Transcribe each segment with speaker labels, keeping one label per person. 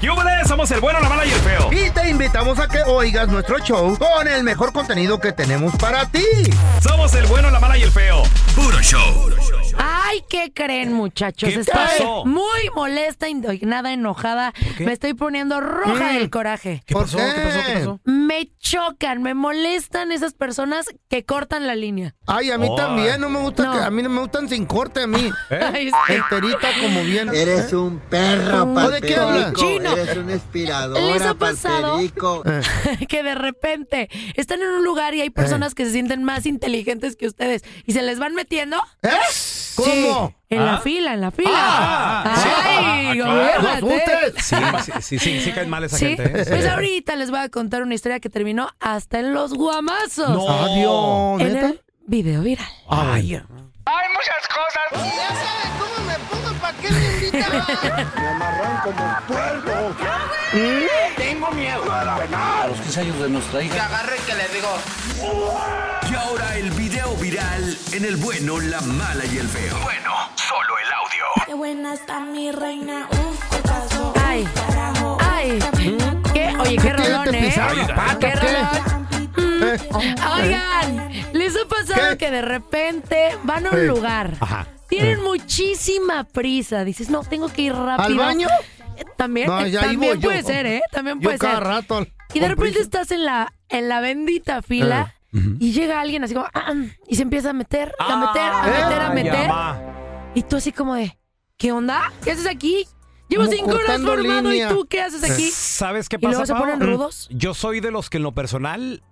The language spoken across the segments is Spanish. Speaker 1: ¿Qué hubo de? Somos el bueno, la mala y el feo.
Speaker 2: Y te invitamos a que oigas nuestro show con el mejor contenido que tenemos para ti.
Speaker 1: Somos el bueno, la mala y el feo. Puro show.
Speaker 3: Ay, ¿qué creen, muchachos?
Speaker 1: ¿Qué
Speaker 3: Estoy
Speaker 1: pasó?
Speaker 3: muy molesta, indignada, enojada. Me estoy poniendo roja
Speaker 2: Mm.
Speaker 3: del coraje.
Speaker 1: ¿Qué
Speaker 2: ¿Por
Speaker 1: pasó?
Speaker 2: qué?
Speaker 1: ¿Qué pasó? ¿Qué pasó?
Speaker 3: Me chocan, me molestan esas personas que cortan la línea.
Speaker 2: Ay, a mí
Speaker 1: Oh.
Speaker 2: también no me gusta
Speaker 3: No.
Speaker 2: que a mí no me gustan sin corte a mí.
Speaker 1: ¿Eh?
Speaker 3: Ay, sí.
Speaker 2: Enterita como bien. ¿Eh?
Speaker 4: Eres un perro,
Speaker 2: ¿O de qué hablas?
Speaker 4: paterico.
Speaker 3: Chino.
Speaker 4: Eres una
Speaker 3: ¿Les ha
Speaker 4: inspiradora,
Speaker 3: pasado?
Speaker 4: paterico.
Speaker 2: Eh.
Speaker 3: que de repente están en un lugar y hay
Speaker 1: Eh.
Speaker 3: personas que se sienten más inteligentes que ustedes y se les van metiendo
Speaker 2: ¿Eh? ¿Cómo?
Speaker 3: Sí, en
Speaker 1: Ah.
Speaker 3: la fila, en la fila. Ay,
Speaker 1: Sí. Ah,
Speaker 2: No
Speaker 3: gobiérnate.
Speaker 2: asustes.
Speaker 1: Sí, sí, sí, sí, sí caen mal esa
Speaker 3: Sí,
Speaker 1: gente. ¿eh? Sí.
Speaker 3: pues ahorita les voy a contar una historia que terminó hasta en los guamazos.
Speaker 1: No.
Speaker 2: Adiós,
Speaker 3: en
Speaker 2: ¿neta?
Speaker 3: el video viral.
Speaker 1: Ay,
Speaker 5: Y ahora el video viral en el bueno, la mala y el feo. Bueno, solo el audio.
Speaker 6: Qué buena está mi reina. Uf, qué pasó.
Speaker 3: Ay, ay. ¿Qué? Oye, qué
Speaker 2: ¿Qué
Speaker 3: rolón,
Speaker 2: te
Speaker 3: ¿eh?
Speaker 2: pisaron las
Speaker 3: Qué
Speaker 2: patas?
Speaker 3: rolón.
Speaker 2: ¿Qué?
Speaker 3: Oigan, ¿les ha pasado
Speaker 2: ¿Qué?
Speaker 3: que de repente van a un
Speaker 2: Eh,
Speaker 3: lugar?
Speaker 1: ajá.
Speaker 3: Tienen muchísima prisa. Dices, no, tengo que ir rápido.
Speaker 2: ¿Al baño?
Speaker 3: Eh, También,
Speaker 2: No,
Speaker 3: eh,
Speaker 2: ya ahí
Speaker 3: también
Speaker 2: voy yo.
Speaker 3: puede ser, ¿eh? También
Speaker 2: Yo
Speaker 3: puede
Speaker 2: cada
Speaker 3: ser.
Speaker 2: rato. al- Ah.
Speaker 3: Y de
Speaker 2: con
Speaker 3: repente
Speaker 2: prisa.
Speaker 3: estás en la, en la bendita fila y llega alguien así como, ah, mm", y se empieza a meter,
Speaker 2: Ah,
Speaker 3: a meter, a meter, a
Speaker 1: ay,
Speaker 3: meter.
Speaker 1: mamá.
Speaker 3: Y tú así como de, ¿qué onda? ¿Qué haces aquí? Llevo
Speaker 2: Como
Speaker 3: cinco horas
Speaker 2: cortando
Speaker 3: formado
Speaker 2: línea.
Speaker 3: y tú, ¿qué haces aquí?
Speaker 1: ¿Sabes qué
Speaker 3: Y
Speaker 1: pasa?
Speaker 3: luego se
Speaker 1: Pao?
Speaker 3: ponen rudos.
Speaker 1: Yo soy de los que en lo personal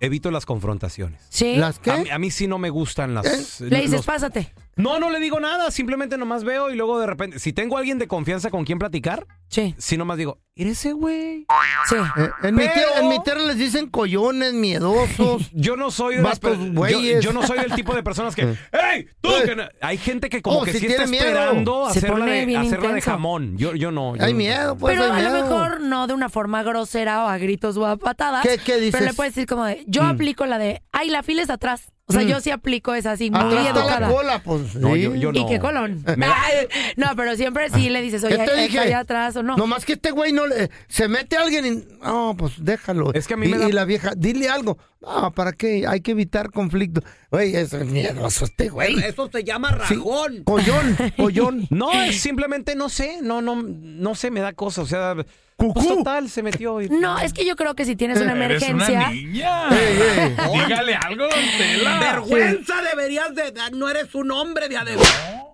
Speaker 1: evito las confrontaciones.
Speaker 3: Sí. ¿Eh?
Speaker 2: ¿Las
Speaker 1: A, mí-
Speaker 2: qué?
Speaker 1: a mí sí no me gustan las...
Speaker 3: Le dices,
Speaker 1: Mm. los-
Speaker 3: pásate.
Speaker 1: No, no le digo nada, simplemente nomás veo y luego de repente, si tengo alguien de confianza con quien platicar,
Speaker 3: Sí,
Speaker 1: si nomás digo, ¿eres ese güey?
Speaker 3: sí.
Speaker 2: Eh, en, mi
Speaker 1: Pero-
Speaker 2: tierra, en mi tierra les dicen collones, miedosos.
Speaker 1: Yo no soy de las
Speaker 2: Vatos
Speaker 1: per- yo,
Speaker 2: güeyes.
Speaker 1: yo no soy del tipo de personas que, ¡Ey! ¡Tú!
Speaker 2: Eh.
Speaker 1: que no-". Hay gente que como
Speaker 2: Oh,
Speaker 1: que
Speaker 2: si
Speaker 1: sí está
Speaker 2: tiene miedo.
Speaker 1: esperando
Speaker 3: Se
Speaker 1: hacerla,
Speaker 3: pone
Speaker 1: de,
Speaker 3: bien
Speaker 1: hacerla de
Speaker 3: intenso.
Speaker 1: jamón. Yo, yo no. yo
Speaker 2: Hay
Speaker 1: no.
Speaker 2: miedo, pues.
Speaker 3: pero
Speaker 2: hay
Speaker 3: a lo
Speaker 2: miedo.
Speaker 3: mejor no de una forma grosera o a gritos o a patadas.
Speaker 2: ¿Qué- qué dices?
Speaker 3: Pero le puedes decir como de, yo
Speaker 1: Mm.
Speaker 3: aplico la de, ay, la fila es atrás. O sea, yo sí aplico esa así, muy
Speaker 2: Mm. Atrás está la
Speaker 3: educada.
Speaker 2: cola, pues.
Speaker 1: No,
Speaker 2: sí.
Speaker 1: yo, yo no.
Speaker 3: Y qué colón.
Speaker 1: Me-
Speaker 3: Ay, no, pero siempre sí le dices,
Speaker 2: ¿Qué
Speaker 3: oye,
Speaker 2: te
Speaker 3: ¿está
Speaker 2: dije?
Speaker 3: allá atrás o no.
Speaker 2: Nomás que este güey no le, se mete a alguien y no, pues déjalo.
Speaker 1: Es que a mí
Speaker 2: y,
Speaker 1: me da-
Speaker 2: y la vieja, dile algo. No, ¿para qué? Hay que evitar conflicto. Güey, es miedoso este güey.
Speaker 1: Eso se llama rajón.
Speaker 2: Collón, collón.
Speaker 1: No, es simplemente no sé, no, no, no sé, me da cosa, o sea,
Speaker 2: Cucú.
Speaker 1: pues total, se metió. y-
Speaker 3: No, es que yo creo que si tienes una emergencia.
Speaker 5: niña.
Speaker 2: Ey, ey.
Speaker 5: Dígale algo, Tela. Vergüenza deberías de dar. No eres un hombre de adentro.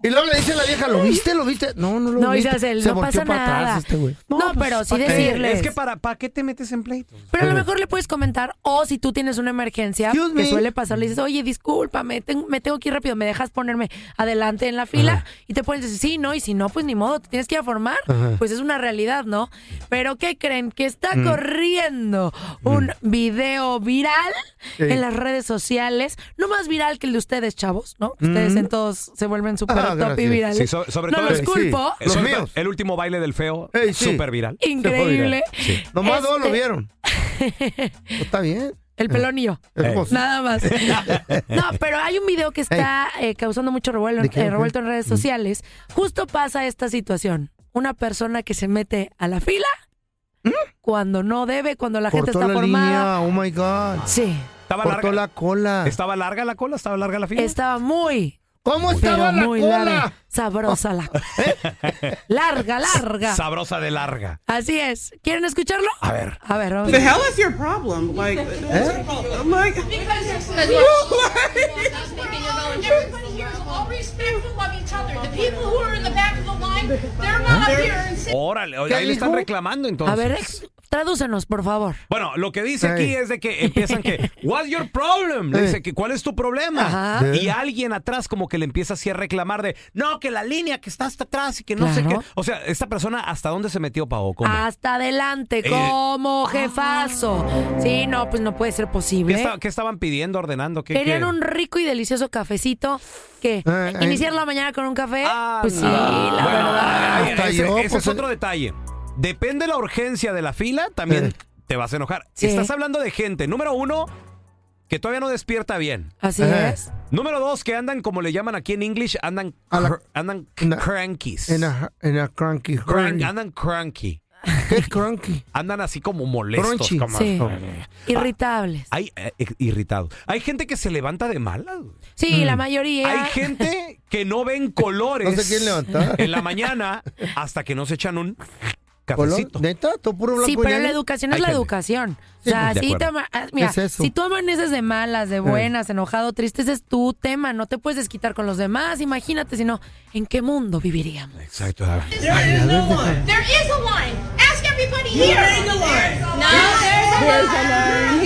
Speaker 2: Y luego le dice a la vieja, ¿lo viste? ¿Lo viste? No, no lo
Speaker 3: No,
Speaker 2: viste.
Speaker 3: y se hace el,
Speaker 2: se
Speaker 3: no
Speaker 2: volteó
Speaker 3: pasa
Speaker 2: para
Speaker 3: nada.
Speaker 2: atrás este güey.
Speaker 3: No, pero sí
Speaker 1: ¿Para qué?
Speaker 3: decirles.
Speaker 1: Es que para, ¿para qué te metes en pleitos?
Speaker 3: Pero a lo mejor le puedes comentar, o si tú tienes una emergencia,
Speaker 2: Excuse
Speaker 3: que
Speaker 2: me.
Speaker 3: suele pasar, le dices, oye, discúlpame, ten- me tengo que ir rápido, me dejas ponerme adelante en la fila, y te pones a decir, sí, no, y si no, pues ni modo, te tienes que ir a formar, pues es una realidad, ¿no? Pero ¿qué creen? Que está
Speaker 2: Mm.
Speaker 3: corriendo un video viral en las redes sociales, no más viral que el de ustedes, chavos, ¿no? Ustedes en todos se vuelven súper super top y
Speaker 2: Mm. Ah, gracias.
Speaker 3: virales.
Speaker 1: Ah, Sí, so- sobre
Speaker 3: no
Speaker 1: todo
Speaker 3: los
Speaker 1: el-
Speaker 3: culpo.
Speaker 2: Sí, los
Speaker 1: Sobre-
Speaker 2: míos.
Speaker 1: El último baile del feo,
Speaker 2: Ey, sí.
Speaker 1: súper viral.
Speaker 3: Increíble.
Speaker 1: Sí.
Speaker 2: Nomás dos lo
Speaker 3: Este-
Speaker 2: vieron. Pues está bien.
Speaker 3: El pelón y yo.
Speaker 2: Es
Speaker 1: Ey.
Speaker 2: cosa.
Speaker 3: Nada más. No, pero hay un video que está eh, causando mucho revuelo,
Speaker 2: ¿De qué?
Speaker 3: eh, revuelto en redes sociales. Justo pasa esta situación. Una persona que se mete a la fila cuando no debe, cuando la gente
Speaker 2: ¿Mm? Cortó
Speaker 3: está
Speaker 2: la
Speaker 3: formada.
Speaker 2: línea, oh my God.
Speaker 3: Sí.
Speaker 1: Estaba
Speaker 2: Cortó
Speaker 1: larga,
Speaker 2: la cola.
Speaker 1: estaba larga la cola, estaba larga la fila.
Speaker 3: Estaba muy,
Speaker 2: ¿Cómo
Speaker 3: pero
Speaker 2: estaba la
Speaker 3: muy larga.
Speaker 2: cola? ¿Eh?
Speaker 3: Sabrosa la cola. larga, larga.
Speaker 1: Sabrosa de larga.
Speaker 3: Así es. ¿Quieren escucharlo?
Speaker 1: A ver.
Speaker 3: A ver, vamos.
Speaker 1: Órale, oye,
Speaker 2: ¿Qué
Speaker 1: ahí le están
Speaker 2: dijo?
Speaker 1: reclamando entonces.
Speaker 3: A ver, ex- tradúcenos, por favor.
Speaker 1: Bueno, lo que dice
Speaker 2: Ey.
Speaker 1: aquí es de que empiezan que, what's your problem? Le
Speaker 2: Ey.
Speaker 1: dice que, ¿cuál es tu problema?
Speaker 3: Ajá.
Speaker 1: Y alguien atrás como que le empieza así a reclamar de, no, que la línea que está hasta atrás y que no sé qué.
Speaker 3: Claro.
Speaker 1: O sea, esta persona, ¿hasta dónde se metió, Pao? ¿Cómo?
Speaker 3: Hasta adelante,
Speaker 1: Eh.
Speaker 3: como jefazo. Sí, no, pues no puede ser
Speaker 1: ¿Qué,
Speaker 3: posible.
Speaker 1: esta- qué estaban pidiendo, ordenando? ¿Qué,
Speaker 3: Querían
Speaker 1: qué?
Speaker 3: un rico y delicioso cafecito. ¿Qué?
Speaker 2: Eh,
Speaker 3: ¿Iniciar la mañana con un café?
Speaker 1: Ah,
Speaker 3: pues sí,
Speaker 1: no.
Speaker 3: la
Speaker 1: Bueno,
Speaker 3: verdad.
Speaker 1: ay,
Speaker 2: Hasta
Speaker 1: ese,
Speaker 2: yo,
Speaker 1: ese
Speaker 2: pues,
Speaker 1: es otro detalle. Depende la urgencia de la fila, también
Speaker 2: Eh.
Speaker 1: te vas a enojar.
Speaker 3: Sí.
Speaker 1: Estás hablando de gente, número uno, que todavía no despierta bien.
Speaker 3: Así
Speaker 2: Eh.
Speaker 3: es.
Speaker 1: Número dos, que andan, como le llaman aquí en English, andan,
Speaker 2: A la-
Speaker 1: cr- andan c-
Speaker 2: Na-
Speaker 1: crankies.
Speaker 2: En a, en a cranky.
Speaker 1: Crank-
Speaker 2: hurry.
Speaker 1: andan cranky.
Speaker 2: ¿Qué es cranky?
Speaker 1: Andan así como molestos.
Speaker 2: Crunchy.
Speaker 1: como-
Speaker 3: Sí. Irritables.
Speaker 1: Hay, eh, eh, irritados. Hay gente que se levanta de malas. güey.
Speaker 3: Sí, la mayoría.
Speaker 1: Mm. Hay gente que no ven colores
Speaker 2: No sé quién levanta.
Speaker 1: en la mañana hasta que no se echan un
Speaker 2: ¿Color?
Speaker 1: cafecito.
Speaker 2: ¿Neta? ¿Todo puro blanco
Speaker 3: Sí,
Speaker 2: y
Speaker 3: pero la
Speaker 2: negro?
Speaker 3: educación es
Speaker 1: Hay
Speaker 3: la
Speaker 1: gente.
Speaker 3: educación.
Speaker 1: Sí,
Speaker 3: o sea,
Speaker 1: de
Speaker 3: si te,
Speaker 1: acuerdo. Eh.
Speaker 3: ama- ah, mira,
Speaker 2: Es eso.
Speaker 3: si tú amaneces de malas, de buenas, enojado, triste, ese es tu tema. No te puedes desquitar con los demás. Imagínate, si no, ¿en qué mundo viviríamos?
Speaker 1: Exacto.
Speaker 6: There is a line. Ask everybody here. There is a line. No, there's a line.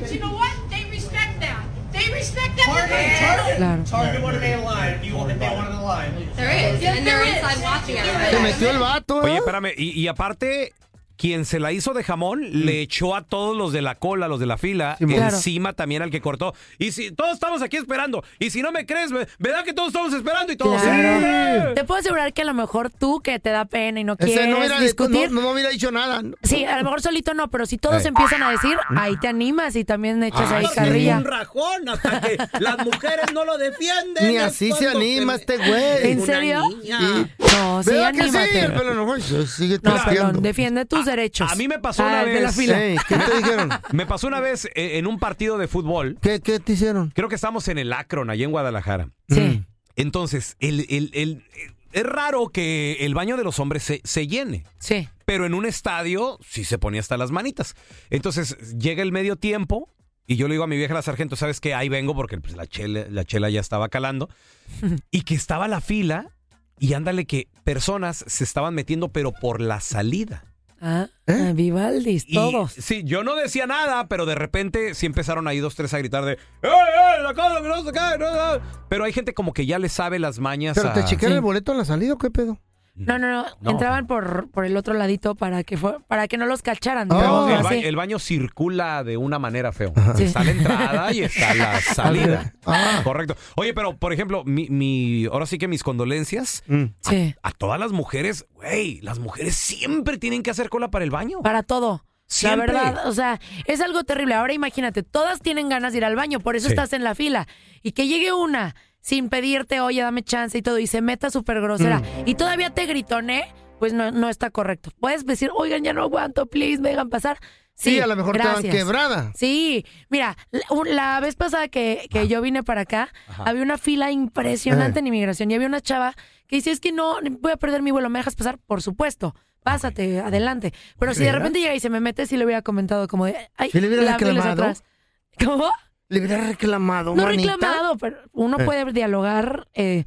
Speaker 6: But you know what? They respect that. They respect that.
Speaker 3: Claro.
Speaker 6: There is. and they're inside watching everybody.
Speaker 2: Se metió el vato.
Speaker 1: Oye,
Speaker 2: ¿eh?
Speaker 1: espérame. Y, y aparte, quien se la hizo de jamón
Speaker 2: Mm.
Speaker 1: le echó a todos los de la cola, los de la fila,
Speaker 2: Simón.
Speaker 3: Claro.
Speaker 1: encima también al que cortó. Y si todos estamos aquí esperando. Y si no me crees, ve- ¿verdad que todos estamos esperando? Y todos.
Speaker 3: Claro.
Speaker 1: "Sí".
Speaker 3: Te puedo asegurar que a lo mejor tú, que te da pena y no
Speaker 2: Ese
Speaker 3: quieres
Speaker 2: no hubiera,
Speaker 3: discutir.
Speaker 2: no- no hubiera dicho nada.
Speaker 3: Sí, a lo mejor solito no, pero si todos
Speaker 1: Eh.
Speaker 3: empiezan a decir, ahí te animas y también echas ahí
Speaker 2: sí.
Speaker 3: carrilla.
Speaker 1: rajón hasta que las mujeres no lo defienden.
Speaker 2: Ni así se anima este güey.
Speaker 3: ¿En serio?
Speaker 2: Sí.
Speaker 3: No, sí,
Speaker 2: ¿Verdad que sí?
Speaker 3: anímate.
Speaker 2: El pelo no güey, se Sigue
Speaker 3: No,
Speaker 2: trasteando.
Speaker 3: perdón, defiende tus derechos.
Speaker 1: a mí me pasó una
Speaker 3: Ah, el De la
Speaker 1: vez.
Speaker 3: fila.
Speaker 2: Ey, ¿Qué te dijeron?
Speaker 1: Me pasó una vez eh, en un partido de fútbol.
Speaker 2: ¿Qué, qué te hicieron? Mm.
Speaker 1: Creo que estábamos en el Akron, allá en Guadalajara.
Speaker 3: Sí.
Speaker 1: Entonces, el, el- el- el- es raro que el baño de los hombres se, se llene.
Speaker 3: Sí.
Speaker 1: Pero en un estadio sí se ponía hasta las manitas. Entonces, llega el medio tiempo y yo le digo a mi vieja la sargento, ¿sabes qué? Ahí vengo porque pues, la, chela, la chela ya estaba calando. Y que estaba la fila y ándale que personas se estaban metiendo pero por la salida.
Speaker 3: Ah,
Speaker 2: ¿Eh?
Speaker 3: ah, Vivaldis,
Speaker 1: Y-
Speaker 3: todos.
Speaker 1: Sí, yo no decía nada, pero de repente sí empezaron ahí dos, tres a gritar de ¡Eh, eh, la cosa que no se cae! no, no". Pero hay gente como que ya le sabe las mañas
Speaker 2: ¿Pero
Speaker 1: a-
Speaker 2: te chequearon
Speaker 3: Sí.
Speaker 2: el boleto en la salida o qué pedo?
Speaker 3: No, no, no,
Speaker 1: No.
Speaker 3: Entraban por, por el otro ladito para que fue, para que no los cacharan.
Speaker 2: Oh.
Speaker 1: Pero
Speaker 3: digamos
Speaker 1: el, ba-
Speaker 3: así.
Speaker 1: el baño circula de una manera feo.
Speaker 3: Sí.
Speaker 1: Está la entrada y está la salida.
Speaker 2: Ah.
Speaker 1: Correcto. Oye, pero por ejemplo, mi, mi- ahora sí que mis condolencias
Speaker 2: Mm.
Speaker 3: Sí.
Speaker 1: a todas las mujeres, güey, las mujeres siempre tienen que hacer cola para el baño.
Speaker 3: Para todo.
Speaker 1: Siempre.
Speaker 3: La verdad, o sea, es algo terrible. Ahora imagínate, todas tienen ganas de ir al baño, por eso
Speaker 1: Sí.
Speaker 3: estás en la fila. Y que llegue una sin pedirte, oye, dame chance y todo, y se meta súper
Speaker 2: Mm.
Speaker 3: grosera, y todavía te gritone, pues no, no está correcto. Puedes decir, oigan, ya no aguanto, please, me dejan pasar. Sí,
Speaker 2: Sí, a lo mejor
Speaker 3: gracias.
Speaker 2: te van quebrada.
Speaker 3: Sí, mira, la, un- la vez pasada que, que yo vine para acá, había una fila impresionante en inmigración y había una chava que dice, es que no, voy a perder mi vuelo, ¿me dejas pasar? Por supuesto, pásate, adelante. Pero si de
Speaker 2: ¿Verdad?
Speaker 3: repente llega y se me mete, sí le hubiera comentado como de, ay,
Speaker 2: ¿Sí le hubiera
Speaker 3: la fila es
Speaker 2: reclamado?
Speaker 3: atrás. ¿Cómo?
Speaker 2: Le hubiera reclamado,
Speaker 3: No
Speaker 2: manita.
Speaker 3: reclamado, pero uno
Speaker 2: Eh.
Speaker 3: puede dialogar eh,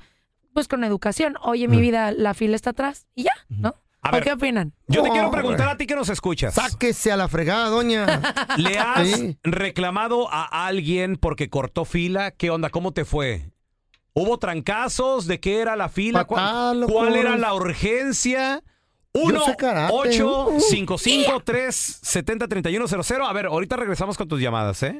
Speaker 3: pues con educación. Oye,
Speaker 2: Eh.
Speaker 3: mi vida, la fila está atrás y ya, ¿no?
Speaker 1: A
Speaker 3: ¿O
Speaker 1: ver.
Speaker 3: qué opinan?
Speaker 1: Yo te
Speaker 2: No,
Speaker 1: quiero
Speaker 2: hombre.
Speaker 1: preguntar a ti que nos escuchas.
Speaker 2: Oh, Sáquese a la fregada, doña.
Speaker 1: ¿Le has
Speaker 2: Sí.
Speaker 1: reclamado a alguien porque cortó fila? ¿Qué onda? ¿Cómo te fue? ¿Hubo trancazos? ¿De qué era la fila?
Speaker 2: Fatal,
Speaker 1: ¿Cuál,
Speaker 2: loco.
Speaker 1: cuál era la urgencia?
Speaker 2: sé karate. Uh.
Speaker 1: 1-855-370-3100. A ver, ahorita regresamos con tus llamadas, ¿eh?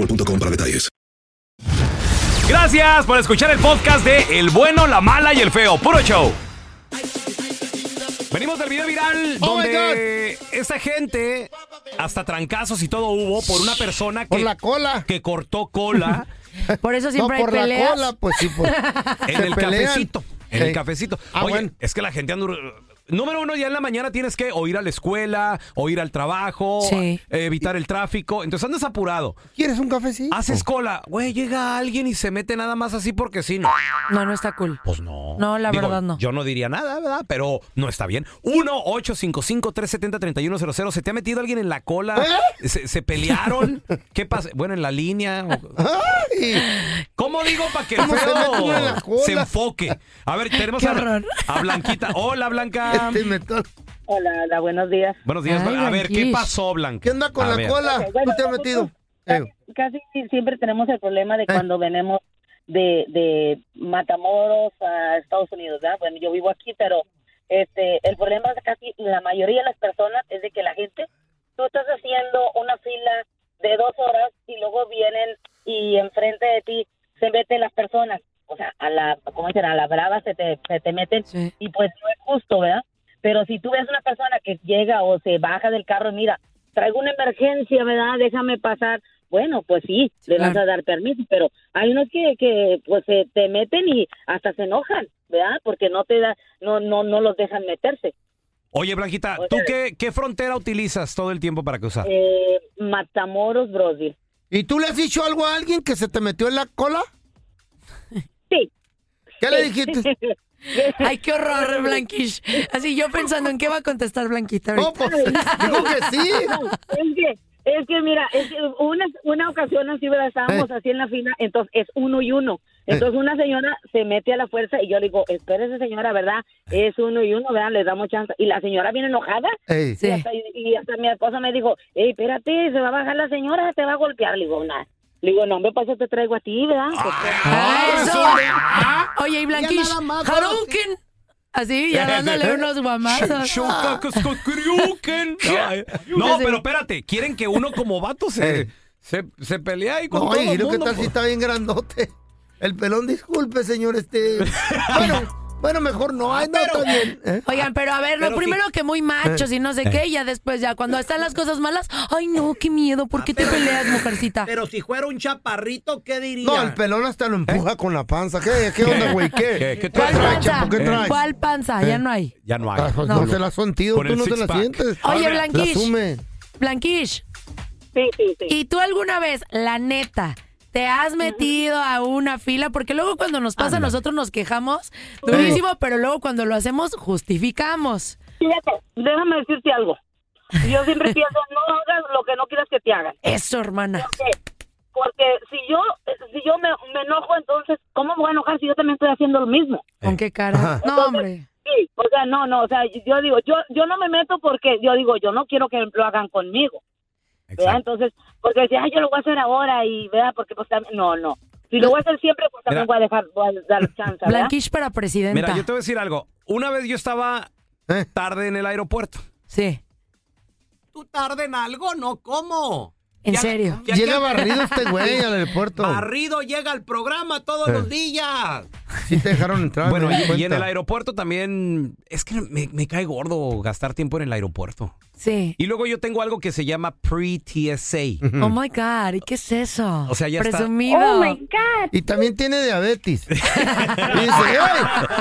Speaker 7: para detalles.
Speaker 1: Gracias por escuchar el podcast de El bueno, la mala y el feo. Puro show. Venimos del video viral
Speaker 2: Oh my
Speaker 1: donde esta gente hasta trancazos y todo hubo por una persona que
Speaker 2: Por la cola.
Speaker 1: que cortó cola
Speaker 3: Por eso siempre hay
Speaker 2: por
Speaker 3: peleas.
Speaker 2: la cola, pues sí, pues.
Speaker 1: en
Speaker 2: Se
Speaker 1: el
Speaker 2: pelean.
Speaker 1: cafecito. En el
Speaker 2: Sí.
Speaker 1: cafecito.
Speaker 2: Ah,
Speaker 1: Oye,
Speaker 2: bueno.
Speaker 1: es que la gente anda. Número uno, ya en la mañana tienes que o ir a la escuela, o ir al trabajo,
Speaker 2: Sí.
Speaker 1: eh, evitar el tráfico. Entonces andas apurado.
Speaker 2: ¿Quieres un cafecito?
Speaker 1: Haces cola. Güey, llega alguien y se mete nada más así porque sí, no.
Speaker 3: No, no está cool.
Speaker 1: Pues no.
Speaker 3: No, la
Speaker 1: Digo,
Speaker 3: verdad no.
Speaker 1: Yo no diría nada, ¿verdad? Pero no está bien. 1-855-370-3100. ¿Se te ha metido alguien en la cola?
Speaker 2: ¿Eh?
Speaker 1: ¿Se, se pelearon? ¿Qué pasa? Bueno, en la línea. ¿Cómo digo para que el
Speaker 2: ¿Cómo se mete
Speaker 1: feo
Speaker 2: uno en la cola?
Speaker 1: se enfoque? A ver, tenemos
Speaker 2: Qué
Speaker 1: a,
Speaker 2: horror. Este
Speaker 1: a Blanquita. Hola, Blanca.
Speaker 8: Hola, hola, buenos días.
Speaker 1: Buenos días.
Speaker 8: Ay,
Speaker 1: a ver, ¿qué
Speaker 8: Blanquish.
Speaker 1: pasó, Blanca?
Speaker 2: ¿Qué onda con
Speaker 1: A
Speaker 2: la
Speaker 1: ver.
Speaker 2: cola?
Speaker 8: Ok, bueno,
Speaker 2: ¿Tú te has metido? Eh,
Speaker 8: Casi siempre tenemos el problema de cuando venimos de, de Matamoros a Estados Unidos, ¿verdad? Bueno, yo vivo aquí, pero este, el problema de casi la mayoría de las personas es de que la gente, tú estás haciendo una fila de dos horas y luego vienen y enfrente de ti se meten las personas, o sea, a la, ¿cómo dicen? A la brava se te, se te meten y pues no es justo, ¿verdad? Pero si tú ves una persona que llega o se baja del carro y mira, traigo una emergencia, ¿verdad? Déjame pasar. Bueno, pues sí, le vas a dar permiso, pero hay unos que, que pues se te meten y hasta se enojan, ¿verdad? Porque no te da, no, no, no los dejan meterse.
Speaker 1: Oye, Blanquita, ¿tú qué, qué frontera utilizas todo el tiempo para cruzar?
Speaker 8: Eh, Matamoros Brody.
Speaker 2: ¿Y tú le has dicho algo a alguien que se te metió en la cola?
Speaker 8: Sí.
Speaker 2: ¿Qué le dijiste?
Speaker 3: Ay, qué horror, Blanquish. Así yo pensando en qué va a contestar Blanquita.
Speaker 2: No, pues,
Speaker 3: ahorita.
Speaker 8: No, es que, es que mira, es que una, una ocasión así, ¿verdad? Estábamos así en la fila, entonces es uno y uno. Entonces una señora se mete a la fuerza y yo le digo, espérese señora, ¿verdad? Es uno y uno, ¿verdad? Le damos chance. Y la señora viene enojada.
Speaker 2: Ey.
Speaker 8: Y, hasta, y hasta mi esposa me dijo, Ey, espérate, se va a bajar la señora, te va a golpear. Le digo, nada. Le digo, no, hombre, para eso te traigo a ti, ¿verdad?
Speaker 3: Eso. Oye, y Blanquish, Harunken. Así, ya dándole unos guamazos.
Speaker 2: Ah.
Speaker 1: Shokakuskokryuken. Ay, No, pero espérate, quieren que uno como vato se, se, se pelee ahí con
Speaker 2: Eh. No,
Speaker 1: todo
Speaker 2: y
Speaker 1: el
Speaker 2: lo que
Speaker 1: mundo,
Speaker 2: tal si
Speaker 1: pues.
Speaker 2: está bien grandote. El pelón, disculpe, señor, este... Bueno, bueno, mejor no. Ay, no, está bien. ¿eh?
Speaker 3: Oigan, pero a ver, lo
Speaker 2: Pero
Speaker 3: primero que muy machos y no sé
Speaker 2: Eh.
Speaker 3: qué, y ya después, ya cuando están las cosas malas, ay no, qué miedo, ¿por qué te peleas, mujercita?
Speaker 9: Pero si fuera un chaparrito, ¿qué diría?
Speaker 2: No, el pelón hasta lo empuja con la panza. ¿Qué, qué onda, güey? ¿Qué?
Speaker 1: ¿Eh? ¿Qué? ¿Qué
Speaker 2: ¿Cuál
Speaker 1: traes?
Speaker 2: panza? ¿Qué
Speaker 1: Eh.
Speaker 2: traes?
Speaker 3: ¿Cuál panza? Ya no hay.
Speaker 1: Ya no hay.
Speaker 2: Ah, pues No, se la has sentido,
Speaker 1: Con
Speaker 2: tú
Speaker 1: el
Speaker 2: no te la
Speaker 1: six-pack.
Speaker 2: sientes.
Speaker 3: Oye,
Speaker 2: La
Speaker 3: Blanquish.
Speaker 2: asume.
Speaker 3: Blanquish.
Speaker 8: Sí, sí, sí.
Speaker 3: ¿Y tú alguna vez, la neta, te has metido a una fila? Porque luego cuando nos pasa, nosotros nos quejamos durísimo, pero luego cuando lo hacemos, justificamos.
Speaker 8: Fíjate, déjame decirte algo. Yo siempre pienso, no hagas lo que no quieras que te hagan.
Speaker 3: Eso, hermana.
Speaker 8: Porque si yo, si yo me, me enojo, entonces, ¿cómo me voy a enojar si yo también estoy haciendo lo mismo?
Speaker 1: Eh.
Speaker 3: ¿Con qué cara? No, hombre.
Speaker 8: Sí, o sea, no, no, o sea, yo digo, yo, yo no me meto porque yo digo, yo no quiero que lo hagan conmigo. ¿verdad? Entonces, porque decía, Ay, yo lo voy a hacer ahora y vea, porque pues tam- no, no. Si lo voy a hacer siempre, pues también voy a dejar, voy a dar chance, ¿verdad?
Speaker 3: Blanquish para presidenta.
Speaker 1: Mira, yo te voy a decir algo. Una vez yo estaba
Speaker 2: Eh.
Speaker 1: tarde en el aeropuerto.
Speaker 3: Sí.
Speaker 9: ¿Tú tarda en algo? No, ¿cómo?
Speaker 3: En serio.
Speaker 2: Llega barrido este güey al aeropuerto.
Speaker 9: Barrido llega al programa todos
Speaker 2: Eh.
Speaker 9: los días.
Speaker 2: Sí te dejaron entrar.
Speaker 1: Bueno,
Speaker 2: me di
Speaker 1: y, y en
Speaker 2: Ah, cuenta.
Speaker 1: el aeropuerto también. Es que me, me cae gordo gastar tiempo en el aeropuerto.
Speaker 3: Sí.
Speaker 1: Y luego yo tengo algo que se llama pre-TSA.
Speaker 3: Oh my God, ¿y qué es eso?
Speaker 1: Mm. O sea, ya está.
Speaker 3: Presumido.
Speaker 8: Oh God.
Speaker 2: Y también tiene diabetes. y dice, "Ey,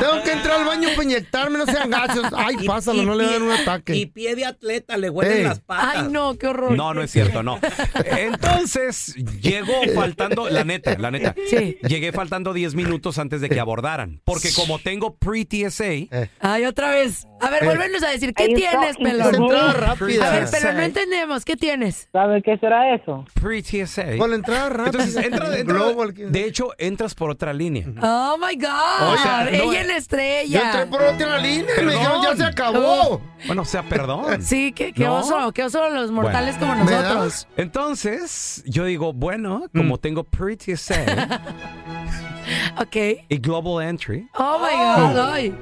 Speaker 2: tengo que entrar al baño para inyectarme, no sean gachos. Ay, pásalo, no le dan un ataque.
Speaker 9: Y pie de atleta, le huelen
Speaker 2: Ey.
Speaker 9: las patas.
Speaker 3: Ay, no, qué horror.
Speaker 1: No, no es cierto, no. Entonces, llegó faltando, la neta, la neta.
Speaker 3: Sí.
Speaker 1: Llegué faltando 10 minutos antes de que abordaran. Porque como tengo pre-TSA,
Speaker 2: Eh.
Speaker 3: Ay, otra vez. A ver,
Speaker 1: Eh.
Speaker 3: vuelvenos a decir, ¿qué
Speaker 1: Ahí está,
Speaker 3: tienes, pelón?
Speaker 1: inconveniente. Entrada rápida.
Speaker 3: A ver, pero no
Speaker 1: Sí.
Speaker 3: entendemos, ¿qué tienes?
Speaker 8: ¿Sabe qué será eso?
Speaker 1: pre-TSA.
Speaker 2: Con la entrada rápida.
Speaker 1: Entonces, entra, entra-
Speaker 2: Globo,
Speaker 1: de hecho, entras por otra línea.
Speaker 3: Oh my God.
Speaker 1: O sea, no,
Speaker 3: Ella
Speaker 1: eh,
Speaker 3: en la estrella.
Speaker 2: Yo entré por otra línea y me dijeron, ya se acabó.
Speaker 1: Bueno, o sea, perdón.
Speaker 3: Sí, qué, qué
Speaker 1: ¿No?
Speaker 3: oso, qué oso los mortales
Speaker 1: Bueno.
Speaker 3: como nosotros.
Speaker 1: Entonces, yo digo, bueno,
Speaker 2: Mm.
Speaker 1: como tengo pre-TSA
Speaker 3: Ok.
Speaker 1: y Global Entry,
Speaker 3: Oh my God, ay.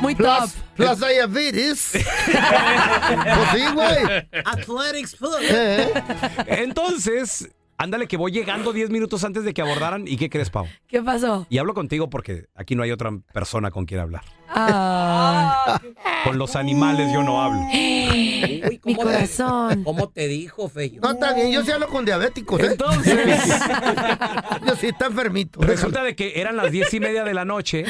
Speaker 3: Muy top.
Speaker 2: Plus diabetes. pues sí, güey.
Speaker 9: Athletics foot.
Speaker 2: Eh,
Speaker 1: entonces, ándale que voy llegando 10 minutos antes de que abordaran. ¿Y qué crees, Pau?
Speaker 3: ¿Qué pasó?
Speaker 1: Y hablo contigo porque aquí no hay otra persona con quien hablar.
Speaker 3: Ah.
Speaker 1: Con los animales yo no hablo.
Speaker 3: Mi corazón.
Speaker 9: ¿Cómo te dijo, Feyo?
Speaker 2: No, está bien, yo sí hablo con diabéticos. ¿eh?
Speaker 1: Entonces.
Speaker 2: yo sí está enfermito.
Speaker 1: Resulta de que eran las diez y media de la noche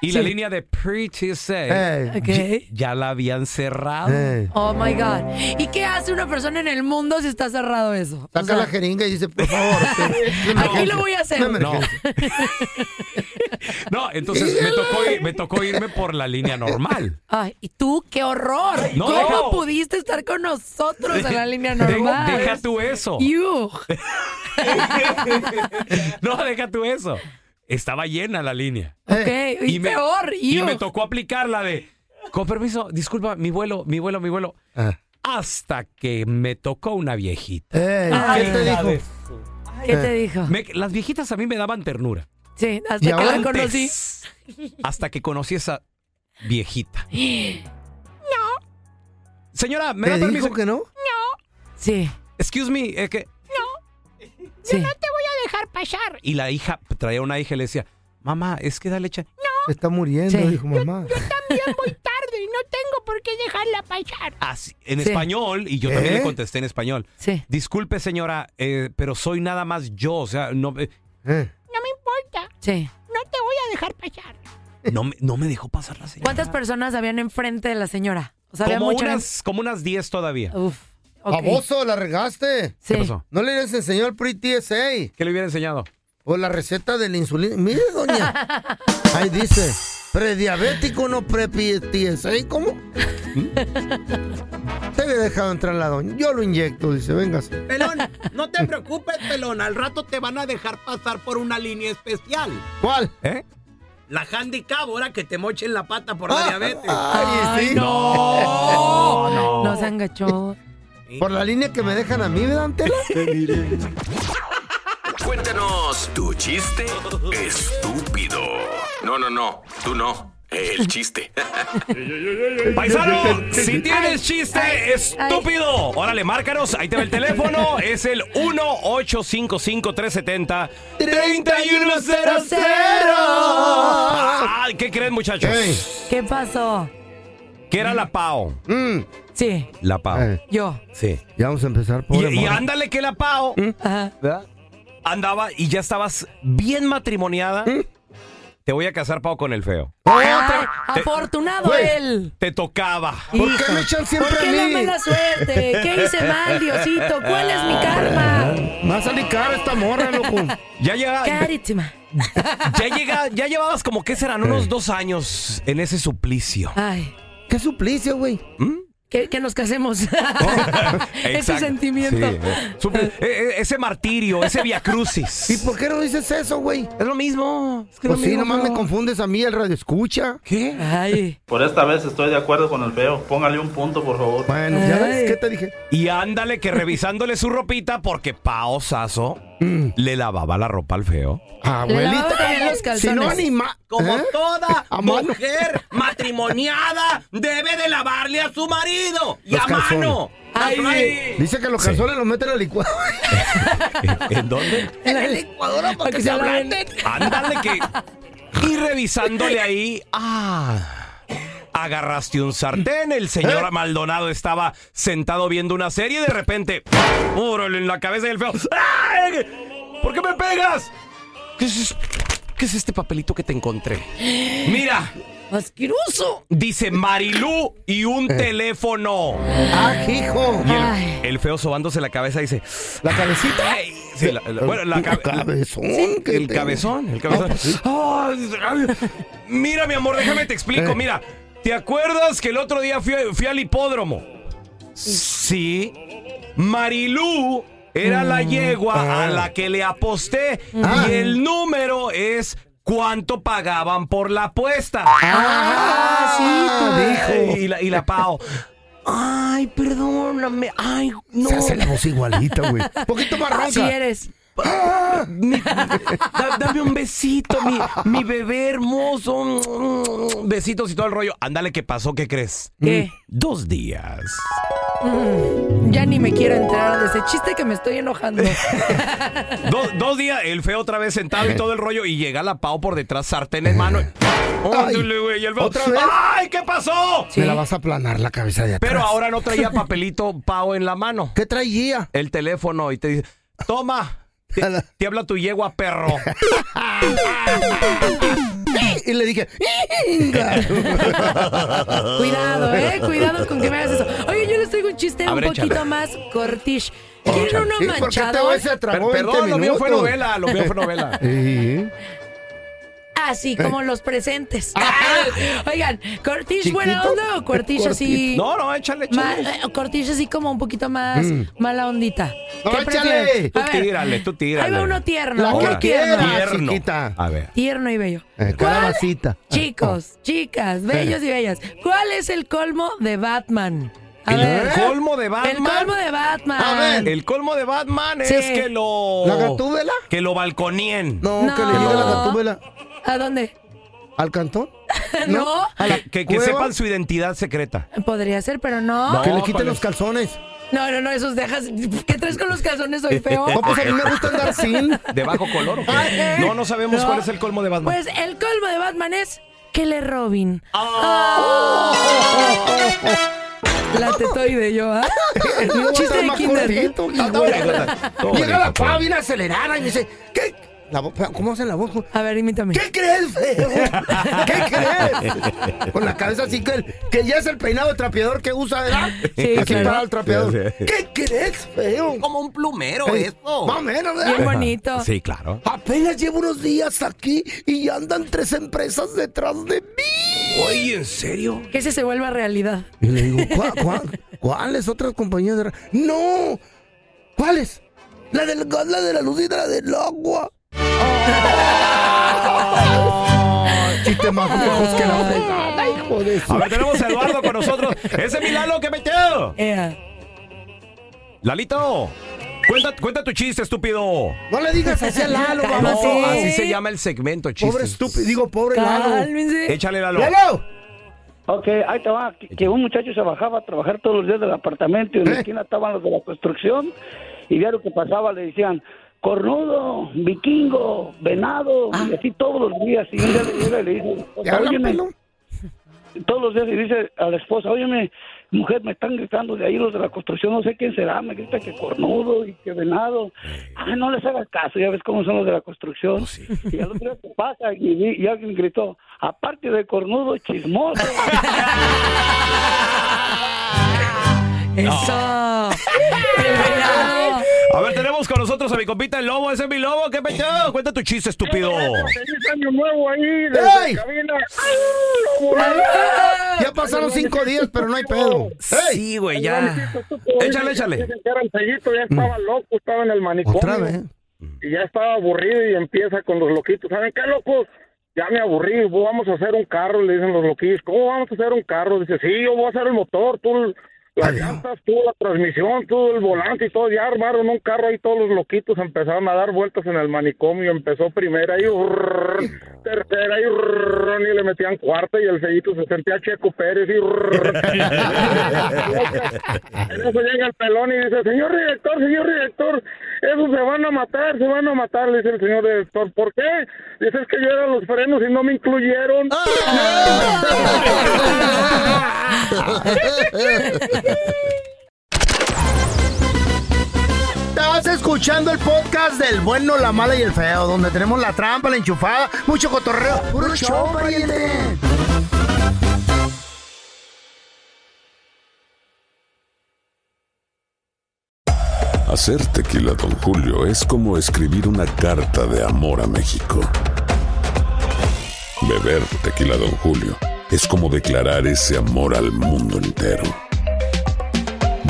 Speaker 1: y la
Speaker 2: Sí. Eh.
Speaker 1: línea de
Speaker 2: Ey.
Speaker 1: pre-TSA
Speaker 2: Ok.
Speaker 1: ya, ya la habían cerrado.
Speaker 2: Eh.
Speaker 3: Oh my God. ¿Y qué hace una persona en el mundo si está cerrado eso? O
Speaker 2: Saca
Speaker 3: sea,
Speaker 2: la jeringa y dice, por favor. este,
Speaker 3: aquí lo voy a hacer.
Speaker 1: No. no, entonces me tocó, ir- me tocó irme por la línea normal.
Speaker 3: Ay, ¿y tú qué horror?
Speaker 1: No,
Speaker 3: ¿Cómo
Speaker 1: deja-
Speaker 3: pudiste estar con nosotros en la línea
Speaker 1: De-
Speaker 3: normal?
Speaker 1: deja tú eso.
Speaker 3: You.
Speaker 1: No, deja tú eso. Estaba llena la línea. Eh,
Speaker 3: Ok, y, peor,
Speaker 1: y
Speaker 3: you.
Speaker 1: me tocó aplicar la de, con permiso, disculpa, mi vuelo, mi vuelo, mi vuelo.
Speaker 2: Ah.
Speaker 1: Hasta que me tocó una viejita.
Speaker 2: Eh,
Speaker 3: Ah.
Speaker 2: ¿Qué te dijo? Eh.
Speaker 3: ¿Qué te dijo?
Speaker 1: Me- las viejitas a mí me daban ternura.
Speaker 3: Sí, hasta
Speaker 1: Eh. ¿Y
Speaker 3: que
Speaker 1: ahora?
Speaker 3: la conocí.
Speaker 1: Hasta que conocí esa viejita. Señora, ¿me
Speaker 2: ¿Te
Speaker 1: da
Speaker 2: dijo
Speaker 1: permiso?
Speaker 2: que no?
Speaker 3: Sí.
Speaker 1: Excuse me, eh, que...
Speaker 3: Sí.
Speaker 1: te voy a dejar pasar. Y la hija, traía una hija y le decía, mamá, es que dale leche.
Speaker 2: Se está muriendo, dijo mamá.
Speaker 10: tarde y no tengo por qué dejarla pasar.
Speaker 1: Así, en
Speaker 10: Sí.
Speaker 1: español, y yo también
Speaker 10: ¿Eh?
Speaker 1: le contesté en español.
Speaker 3: Sí.
Speaker 1: Disculpe, señora, eh, pero soy nada más yo, o sea, no, eh,
Speaker 10: No me importa.
Speaker 3: Sí.
Speaker 10: No te voy a dejar pasar.
Speaker 1: no, me- no me dejó pasar la señora.
Speaker 3: ¿Cuántas personas habían enfrente de la señora? O sea, había
Speaker 1: Ah. Como
Speaker 3: mucha
Speaker 1: unas, como unas 10 todavía.
Speaker 3: Uf. ok.
Speaker 2: Baboso, la regaste.
Speaker 3: Sí.
Speaker 1: ¿Qué pasó?
Speaker 2: No le hubieras enseñado el pre-TSA.
Speaker 1: ¿Qué le hubiera enseñado?
Speaker 2: O la receta de la insulina. Mire, doña. Ahí dice, prediabético no pre-TSA. ¿Cómo? Te había dejado entrar la doña. Yo lo inyecto, dice, véngase.
Speaker 9: Pelón, no te preocupes, pelón. Al rato te van a dejar pasar por una línea especial.
Speaker 2: ¿Cuál?
Speaker 1: ¿Eh?
Speaker 9: La handicap, ahora que te mochen la pata por la diabetes.
Speaker 2: Ay, sí.
Speaker 3: Ah, No, no. se engachó.
Speaker 2: Por la línea que me dejan a mí, ¿verdad, Antela?
Speaker 5: Cuéntanos tu chiste estúpido. No, no, no. Tú no. El chiste.
Speaker 1: Paisano, si tienes chiste estúpido, órale, márcanos. Ahí te va el teléfono. Es el 1-855-370.
Speaker 10: 3100.
Speaker 1: Ay, ¿Qué creen, muchachos?
Speaker 3: ¿Qué pasó?
Speaker 1: Que era la Pau.
Speaker 3: Mm. Sí,
Speaker 1: La Pau.
Speaker 3: yo.
Speaker 1: Sí.
Speaker 2: Eh. Ya vamos a empezar,
Speaker 1: Y,
Speaker 2: pobre
Speaker 1: y
Speaker 2: morra.
Speaker 1: ándale que la Pau
Speaker 3: Ajá.
Speaker 1: ¿Mm? andaba y ya estabas bien matrimoniada.
Speaker 3: ¿Mm?
Speaker 1: Te voy a casar, Pau, con el feo.
Speaker 3: Ay, Ah, afortunado
Speaker 1: Güey,
Speaker 3: él.
Speaker 1: Te tocaba.
Speaker 2: ¿Por qué me echan siempre
Speaker 3: ¿Por
Speaker 2: a
Speaker 3: qué
Speaker 2: mí?
Speaker 3: la mala suerte? ¿Qué hice mal, Diosito? ¿Cuál es mi
Speaker 2: Ah,
Speaker 3: karma?
Speaker 2: Va a salir cara esta morra, loco.
Speaker 1: Ya llega,
Speaker 3: Carísima.
Speaker 1: ya llega, ya llevabas como que serán unos dos años en ese suplicio. ¿Mm?
Speaker 3: Ay,
Speaker 2: ¿Qué suplicio, güey?
Speaker 3: que, que nos casemos. Ese
Speaker 1: Oh, Exacto.
Speaker 3: sentimiento.
Speaker 1: Sí, eh. Su- eh, eh, ese martirio, ese viacrucis.
Speaker 2: ¿Y por qué no dices eso, güey?
Speaker 1: Es lo mismo.
Speaker 2: Pues sí, nomás me confundes a mí, el radio escucha.
Speaker 1: ¿Qué?
Speaker 3: Ay.
Speaker 11: Por esta vez estoy de acuerdo con el feo. Póngale un punto, por favor.
Speaker 2: Bueno, ¿ya ves qué te dije?
Speaker 1: Y ándale que revisándole su ropita porque Pao Sasso
Speaker 2: Mm.
Speaker 1: le lavaba la ropa al feo.
Speaker 2: Abuelita,
Speaker 3: lavaba también los
Speaker 2: Ah, si no
Speaker 3: calzones.
Speaker 2: anima...
Speaker 9: Como
Speaker 2: ¿Eh?
Speaker 9: toda
Speaker 2: A mano.
Speaker 9: mujer matrimoniada debe de lavarle a su marido y
Speaker 2: Los
Speaker 9: a mano.
Speaker 2: calzones.
Speaker 9: Ay, ay.
Speaker 2: Dice que los
Speaker 1: Sí.
Speaker 2: calzones los meten al licuado.
Speaker 1: ¿En dónde?
Speaker 9: En la licuadora para
Speaker 3: Para
Speaker 9: que
Speaker 3: que
Speaker 9: se
Speaker 3: se laven.
Speaker 9: abranden.
Speaker 1: Ándale que. Y revisándole ahí. Ah. Agarraste un sartén, el
Speaker 9: ¿Eh?
Speaker 1: señor Maldonado estaba sentado viendo una serie y de repente. ¡Órale en la cabeza del feo! ¡Ay! ¿Por qué me pegas? ¿Qué es, es- qué es este papelito que te encontré? Mira,
Speaker 3: ¡Asqueroso!
Speaker 1: dice Marilú y un teléfono.
Speaker 2: Eh. ¡Ah, hijo!
Speaker 1: Y el, el feo sobándose la cabeza dice.
Speaker 2: ¿La cabecita? Eh,
Speaker 1: Ay, sí, la- la- bueno, la cabe-
Speaker 2: cabezón.
Speaker 1: Sí,
Speaker 2: que te-
Speaker 1: el
Speaker 2: pues
Speaker 1: cabezón, el cabezón. Ay, ay, mira, mi amor, déjame te
Speaker 2: Eh.
Speaker 1: explico. Mira, ¿te acuerdas que el otro día fui, fui al hipódromo? Sí. Marilú era la yegua a la que le aposté
Speaker 2: Mm, Ah.
Speaker 1: y el número es cuánto pagaban por la apuesta.
Speaker 2: Ah, sí, dijo.
Speaker 1: Y la, y la Pao. Ay, perdóname. Ay, no.
Speaker 2: Se hace la voz igualita, güey. Poquito más
Speaker 3: Así
Speaker 2: ronca.
Speaker 3: eres.
Speaker 1: Mi- da- dame un besito, mi, mi bebé hermoso. Besitos y todo el rollo. Ándale, ¿qué pasó? ¿Qué crees?
Speaker 3: ¿Qué?
Speaker 1: Dos días.
Speaker 3: Mm, ya ni me quiero enterar de ese chiste que me estoy enojando.
Speaker 1: Do- dos días, el feo otra vez sentado y todo el rollo. Y llega la Pau por detrás, sartén en mano. Ándale, güey, y el feo,
Speaker 2: ¿otra vez?
Speaker 1: ¡Ay, qué pasó!
Speaker 2: Me la vas a aplanar la cabeza de atrás.
Speaker 1: Pero ahora no traía papelito Pau en la mano.
Speaker 2: ¿Qué traía?
Speaker 1: El teléfono y te dice: Toma, te, te habla tu yegua, perro.
Speaker 2: Y le dije, "Inga".
Speaker 3: Cuidado, eh, cuidado con que me hagas eso. Oye, yo les traigo un chiste
Speaker 1: A ver,
Speaker 3: un poquito
Speaker 1: échale.
Speaker 3: más cortish. ¿Quieren uno
Speaker 2: Sí, ¿Por qué te
Speaker 3: manchado?
Speaker 2: voy a
Speaker 1: Per- perdón, lo mío fue novela, lo mío fue novela.
Speaker 3: Así Ah, como los presentes.
Speaker 1: Ah.
Speaker 3: Oigan, cortish
Speaker 2: ¿Chiquito?
Speaker 3: buena onda o cortish así.
Speaker 1: No, no, échale,
Speaker 3: ma-
Speaker 1: échale.
Speaker 3: eh, cortish así como un poquito más
Speaker 2: Mm.
Speaker 3: mala ondita.
Speaker 2: No,
Speaker 3: ¿Qué
Speaker 2: échale.
Speaker 3: prefieren?
Speaker 1: Tú
Speaker 3: A ver,
Speaker 1: tírale, tú tírale.
Speaker 3: Ahí va uno tierno,
Speaker 2: La
Speaker 3: uno
Speaker 2: que
Speaker 3: tierno.
Speaker 2: quieras,
Speaker 1: Tierno.
Speaker 2: chiquita.
Speaker 1: A ver.
Speaker 3: Tierno y bello.
Speaker 2: Eh, Calabacita.
Speaker 3: Chicos, chicas, bellos y bellas, ¿cuál es el colmo de Batman? A
Speaker 1: El
Speaker 3: ver.
Speaker 1: colmo de Batman.
Speaker 3: El colmo de Batman.
Speaker 2: A ver.
Speaker 1: El colmo de Batman
Speaker 3: Sí.
Speaker 1: es que lo.
Speaker 2: ¿La gatúbela?
Speaker 1: Que lo balconien.
Speaker 2: No, que le
Speaker 3: No.
Speaker 2: llegue la gatúbela
Speaker 3: ¿A dónde?
Speaker 2: al cantón.
Speaker 3: No.
Speaker 2: A la
Speaker 1: Que, que
Speaker 2: cueva.
Speaker 1: sepan su identidad secreta.
Speaker 3: Podría ser, pero no.
Speaker 1: No.
Speaker 2: Que le
Speaker 1: ¿cuál
Speaker 2: quiten los
Speaker 1: es?
Speaker 2: calzones.
Speaker 3: No, no, no, esos dejas. ¿Qué traes con los calzones hoy, feo?
Speaker 2: No, pues a mí me gusta andar sin.
Speaker 1: ¿De bajo color o qué?
Speaker 3: Ah, ¿eh?
Speaker 1: No, no sabemos
Speaker 3: No.
Speaker 1: cuál es el colmo de Batman.
Speaker 3: Pues el colmo de Batman es que le robin. Oh. La tetoide yo, ¿ah?
Speaker 2: El mío va a
Speaker 3: Chiste
Speaker 2: estar
Speaker 3: de
Speaker 2: más
Speaker 3: kinder.
Speaker 2: cortito.
Speaker 1: Todo
Speaker 2: Llega la
Speaker 1: bonito, todo
Speaker 2: pava bien acelerada y me dice, ¿qué? La voz- ¿Cómo hacen la voz?
Speaker 3: A ver, imítame.
Speaker 2: ¿Qué crees, feo? ¿Qué crees? Con la cabeza así que, el- que ya es el peinado trapeador que usa, ¿verdad?
Speaker 3: Sí,
Speaker 2: Así
Speaker 3: claro.
Speaker 2: para el trapeador.
Speaker 1: Sí, sí.
Speaker 2: ¿Qué crees, feo?
Speaker 9: Como un plumero
Speaker 2: Ey,
Speaker 9: esto.
Speaker 2: Más o menos, ¿verdad?
Speaker 3: Bien bonito.
Speaker 1: Sí, claro.
Speaker 2: Apenas llevo unos días aquí y ya andan tres empresas detrás de mí.
Speaker 1: Oye, ¿en serio?
Speaker 3: Que ese se vuelva realidad.
Speaker 2: Y le digo, "¿Cuá- cuá- ¿cuáles otras compañías? de ra-?" ¡No! ¿Cuáles? La del gas, la de la luz y la del agua. Chiste más lejos que la fregada, hijo de su-
Speaker 1: A ver, tenemos a Eduardo con nosotros. ¡Ese es mi Lalo que metió!
Speaker 3: Ea.
Speaker 1: Lalito, cuenta, cuenta tu chiste, estúpido.
Speaker 2: No le digas así a Lalo,
Speaker 3: Cálmate.
Speaker 2: mamá.
Speaker 1: No,
Speaker 3: sí.
Speaker 1: así se llama el segmento, chistes.
Speaker 2: Pobre estúpido, digo, pobre Lalo.
Speaker 3: Cálmense.
Speaker 1: Échale, Lalo.
Speaker 2: ¡Lalo!
Speaker 11: Ok, ahí te va. Que- Que un muchacho se bajaba a trabajar todos los días del apartamento y en la
Speaker 2: ¿Eh?
Speaker 11: esquina estaban los de la construcción y vieron que pasaba, le decían, cornudo, vikingo, venado, y así todos los días. Y un día le llega y le dice,
Speaker 2: ¿Te
Speaker 11: esposa,
Speaker 2: hablan,
Speaker 11: óyeme,
Speaker 2: pelo?
Speaker 11: todos los días le dice a la esposa, óyeme, mujer, me están gritando de ahí los de la construcción, no sé quién será, me grita que cornudo y que venado. Ah, no les hagas caso, ya ves cómo son los de la construcción. Y al otro día se pasa y, y- y alguien gritó, aparte de cornudo, chismoso.
Speaker 3: Eso. El venado.
Speaker 1: A ver, tenemos con nosotros a mi compita el lobo, ese es mi lobo, qué pechado. Cuenta tu chiste, estúpido.
Speaker 12: Feliz año nuevo ahí desde
Speaker 2: ¡Ey!
Speaker 12: cabina.
Speaker 2: Ya pasaron cinco días, pero no hay pedo.
Speaker 1: Sí, güey, ya. Échale, échale.
Speaker 12: Dicen que era el sellito, ya estaba loco, estaba en el manicomio.
Speaker 2: Otra vez.
Speaker 12: Y ya estaba aburrido y empieza con los loquitos. ¿Saben qué, locos? Ya me aburrí, vamos a hacer un carro, le dicen los loquillos. ¿Cómo vamos a hacer un carro? Dice, sí, yo voy a hacer el motor, tú las llantas, tú la transmisión, tú el volante y todo. Ya armaron un carro ahí, todos los loquitos empezaron a dar vueltas en el manicomio. Empezó primera y tercera y, urrr, y le metían cuarta y el sellito se sentía Checo Pérez y... urrr. En eso llega el pelón y dice, señor director, señor director, esos se van a matar, se van a matar, le dice el señor director. ¿Por qué? Dice, es que yo era los frenos y no me incluyeron.
Speaker 2: Estás escuchando el podcast del bueno, la mala y el feo, donde tenemos la trampa, la enchufada, mucho cotorreo. ¡Puro show, pariente!
Speaker 4: Hacer tequila, Don Julio, es como escribir una carta de amor a México. Beber tequila, Don Julio, es como declarar ese amor al mundo entero.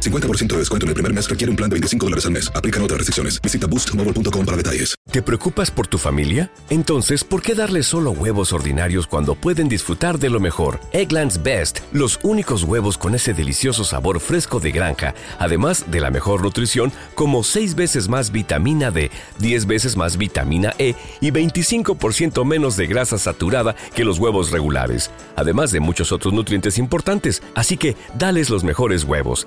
Speaker 7: 50% de descuento en el primer mes requiere un plan de 25 dólares al mes. Aplican otras restricciones. Visita boostmobile.com para detalles.
Speaker 13: ¿Te preocupas por tu familia? Entonces, ¿por qué darles solo huevos ordinarios cuando pueden disfrutar de lo mejor? Eggland's Best, los únicos huevos con ese delicioso sabor fresco de granja, además de la mejor nutrición, como 6 veces más vitamina D, 10 veces más vitamina E y 25% menos de grasa saturada que los huevos regulares, además de muchos otros nutrientes importantes. Así que, dales los mejores huevos.